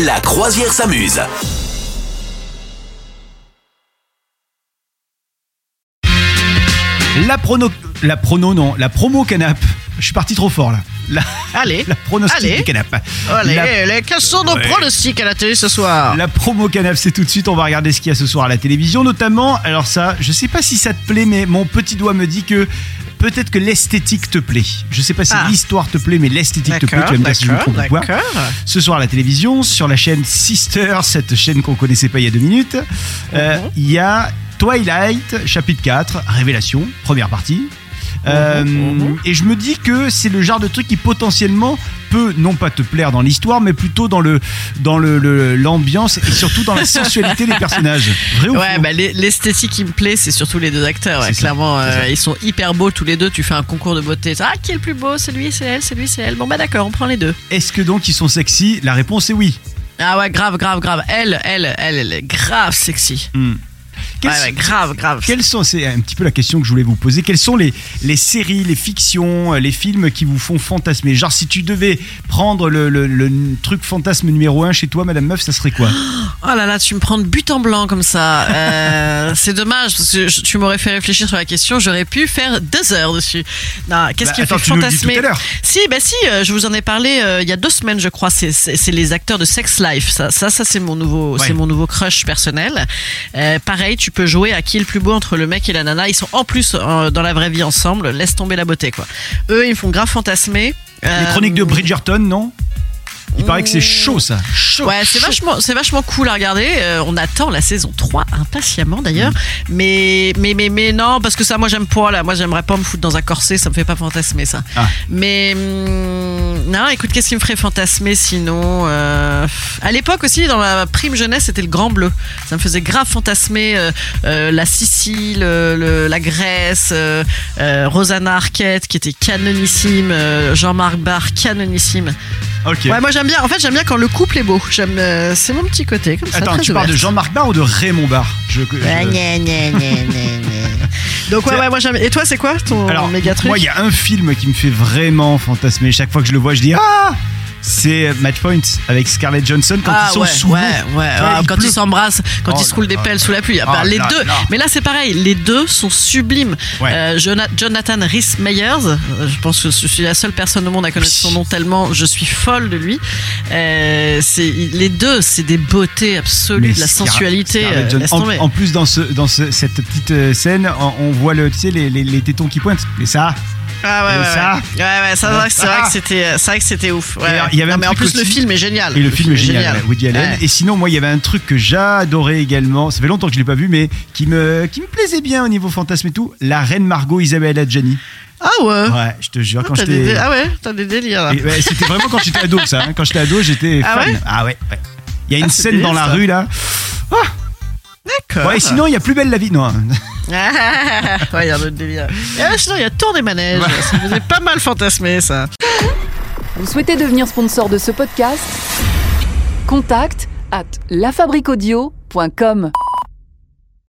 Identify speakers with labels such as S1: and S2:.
S1: La croisière s'amuse.
S2: La prono... La prono, non. La promo canap. Je suis parti trop fort, là. La,
S3: Allez,
S2: la pronostic
S3: Allez.
S2: du canap.
S3: allez,
S2: La-
S3: les- quels sont nos
S2: Ouais.
S3: pronostics à la télé ce soir
S2: La promo canap, c'est tout de suite. On va regarder ce qu'il y a ce soir à la télévision, notamment. Alors ça, je sais pas si ça te plaît, mais mon petit doigt me dit que peut-être que l'esthétique te plaît. Je sais pas si
S3: Ah.
S2: l'histoire te plaît, mais l'esthétique te plaît. Tu vas me dire si je me trompe ou pas. Ce soir à la télévision, sur la chaîne Sister, cette chaîne qu'on connaissait pas il y a deux minutes, euh,
S3: Mhm.
S2: il y a Twilight, chapitre 4, Révélation, première partie. Euh,
S3: mhm.
S2: Et je me dis que c'est le genre de truc qui potentiellement peut non pas te plaire dans l'histoire, mais plutôt dans le dans le- le- l'ambiance et surtout dans la sensualité des personnages. Vrai ou
S3: Ouais,
S2: faux
S3: bah, l'e- l'esthétique qui me plaît, c'est surtout les deux acteurs. ouais.
S2: C'est ça,
S3: Clairement,
S2: c'est
S3: euh,
S2: ça.
S3: ils sont hyper beaux tous les deux. Tu fais un concours de beauté. Ah, qui est le plus beau C'est lui, c'est elle, c'est lui, c'est elle. Bon, bah d'accord, on prend les deux.
S2: Est-ce que donc ils sont sexy La réponse est oui.
S3: Ah ouais, grave, grave, grave. Elle, elle, elle, elle est grave sexy.
S2: Hmm.
S3: Ouais,
S2: Quels-
S3: ouais, grave, grave.
S2: Quelles sont, c'est un petit peu la question que je voulais vous poser, quelles sont les, les séries, les fictions, euh, les films qui vous font fantasmer Genre si tu devais prendre le, le- le n- truc fantasme numéro 1 chez toi, Madame Meuf, ça serait quoi
S3: Oh là là, tu me prends de but en blanc comme ça. Euh, c'est dommage parce que je- tu m'aurais fait réfléchir sur la question. J'aurais pu faire deux heures dessus. Non, qu'est-ce
S2: Bah,
S3: qui me
S2: attends,
S3: fait
S2: tu nous le dis tout
S3: fantasmer
S2: à l'heure.
S3: Si, bah si, euh, je vous en ai parlé euh, il y a deux semaines, je crois. C'est- C'est c'est les acteurs de Sex Life. Ça, ça, ça, c'est mon nouveau,
S2: Ouais.
S3: c'est mon nouveau crush personnel. Euh, pareil, tu peux jouer à qui est le plus beau entre le mec et la nana. Ils sont en plus euh, dans la vraie vie ensemble. Laisse tomber la beauté, quoi. Eux, ils me font grave fantasmer.
S2: Les
S3: Euh,
S2: chroniques de Bridgerton, non Il paraît que c'est chaud ça. Chaud.
S3: Ouais, c'est
S2: chaud.
S3: vachement, c'est vachement cool à regarder. Euh, on attend la saison 3 impatiemment
S2: Mm.
S3: d'ailleurs. Mais, mais, mais, mais non, parce que ça, moi j'aime pas là. Moi j'aimerais pas me foutre dans un corset, ça me fait pas fantasmer ça.
S2: Ah.
S3: Mais hum, non, écoute, qu'est-ce qui me ferait fantasmer sinon euh, À l'époque aussi, dans la prime jeunesse, c'était le Grand Bleu. Ça me faisait grave fantasmer euh, euh, la Sicile, euh, le- la Grèce, euh, euh, Rosanna Arquette qui était canonissime, euh, Jean-Marc Barr canonissime.
S2: Ok.
S3: Ouais, moi j'aime bien. En fait, j'aime bien quand le couple est beau. J'aime, euh, c'est mon petit côté comme ça.
S2: Attends,
S3: très
S2: tu parles de
S3: ouverte.
S2: Jean-Marc Barr ou de Raymond Barr Je- je-
S3: Ouais, gna, gna, gna, gna, gna. Donc ouais, ouais, moi j'aime. Et toi, c'est quoi ton
S2: Alors,
S3: méga truc
S2: moi, il y a un film qui me fait vraiment fantasmer. Chaque fois que je le vois, je dis Ah C'est Match Point avec Scarlett Johnson quand
S3: ah
S2: ils sont
S3: ouais,
S2: sous l'eau.
S3: ouais, ouais,
S2: vois,
S3: ouais,
S2: il
S3: quand
S2: pleut.
S3: ils s'embrassent, quand
S2: Oh
S3: ils se roulent
S2: là
S3: des
S2: là
S3: pelles sous la pluie, Ah
S2: Oh
S3: bah, les
S2: là
S3: deux.
S2: là.
S3: Mais là c'est pareil, les deux sont sublimes.
S2: Ouais.
S3: Euh, Jona- Jonathan Rhys Meyers, euh, je pense que je suis la seule personne au monde à connaître son nom tellement je suis folle de lui. Euh, c'est les deux, c'est des beautés absolues,
S2: Mais
S3: de la
S2: Scar-
S3: sensualité.
S2: Scarlett
S3: euh,
S2: Johansson.
S3: laisse
S2: En-
S3: tomber.
S2: En, plus, dans, ce, dans ce- cette petite euh, scène, on, on voit le, tu sais, les, les- les tétons qui pointent. Et ça,
S3: Ah ouais,
S2: Et
S3: ouais,
S2: ça
S3: ouais. ouais, ouais, ça, c'est vrai que- c'est vrai
S2: Ah.
S3: que c'était, c'est vrai que c'était ouf. Ouais,
S2: Et alors,
S3: ouais.
S2: il y avait
S3: Non,
S2: un
S3: mais en
S2: truc
S3: plus, le
S2: aussi-
S3: film est génial.
S2: et le, film est génial, ouais, Woody Allen.
S3: Ouais.
S2: Et sinon, moi, il y avait un truc que j'adorais également. Ça fait longtemps que je l'ai pas vu, mais qui me, qui me plaisait bien au niveau fantasme et tout. La reine Margot Isabella Adjani.
S3: Ah ouais.
S2: Ouais, je te jure,
S3: Ah,
S2: quand
S3: t'as des
S2: j'étais.
S3: dé- ah ouais, t'as des délires là.
S2: Et ouais, c'était vraiment quand j'étais ado, ça. hein. Quand j'étais ado, j'étais
S3: Ah
S2: fan.
S3: ouais
S2: ah ouais, ouais. Il y a une
S3: Ah, c'est
S2: scène dans la
S3: bien, ça. Ah.
S2: rue là.
S3: D'accord.
S2: Ouais, et sinon, il y a plus belle la vie. Non, hein.
S3: Ah, ouais, il y a un autre délire. Et ouais, sinon, il y a Tour des manèges. Ça vous faisait pas mal fantasmer ça.
S4: Vous souhaitez devenir sponsor de ce podcast Contact à lafabriquaudio.com.